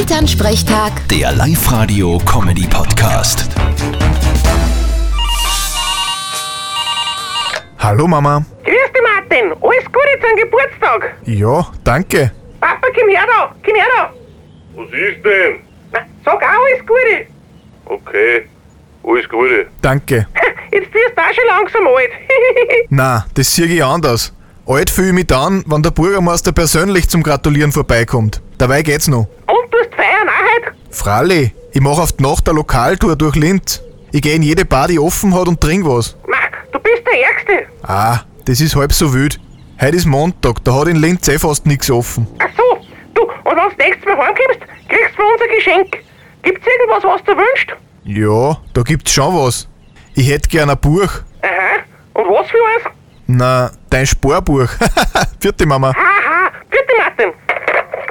Elternsprechtag, Der Live-Radio-Comedy-Podcast. Hallo Mama. Grüß dich, Martin. Alles Gute zum Geburtstag. Ja, danke. Papa, komm her da. Komm her da. Was ist denn? Na, sag auch alles Gute. Okay, alles Gute. Danke. Jetzt wirst du auch schon langsam alt. Na, das sehe ich anders. Alt fühle ich mich dann, wenn der Bürgermeister persönlich zum Gratulieren vorbeikommt. Dabei geht's noch. Und du hast feiern auch heute? Fralli, ich mache auf die Nacht eine Lokaltour durch Linz. Ich gehe in jede Bar, die offen hat und trink was. Marc, du bist der Ärgste. Ah, das ist halb so wild. Heute ist Montag, da hat in Linz eh fast nichts offen. Ach so. Du, und wenn du nächstes Mal heimkommst, kriegst du von uns ein Geschenk. Gibt's irgendwas, was du wünschst? Ja, da gibt's schon was. Ich hätte gern ein Buch. Aha. Und was für eins? Na, dein Sparbuch. Vierte Mama. Haha. Bitte, Martin.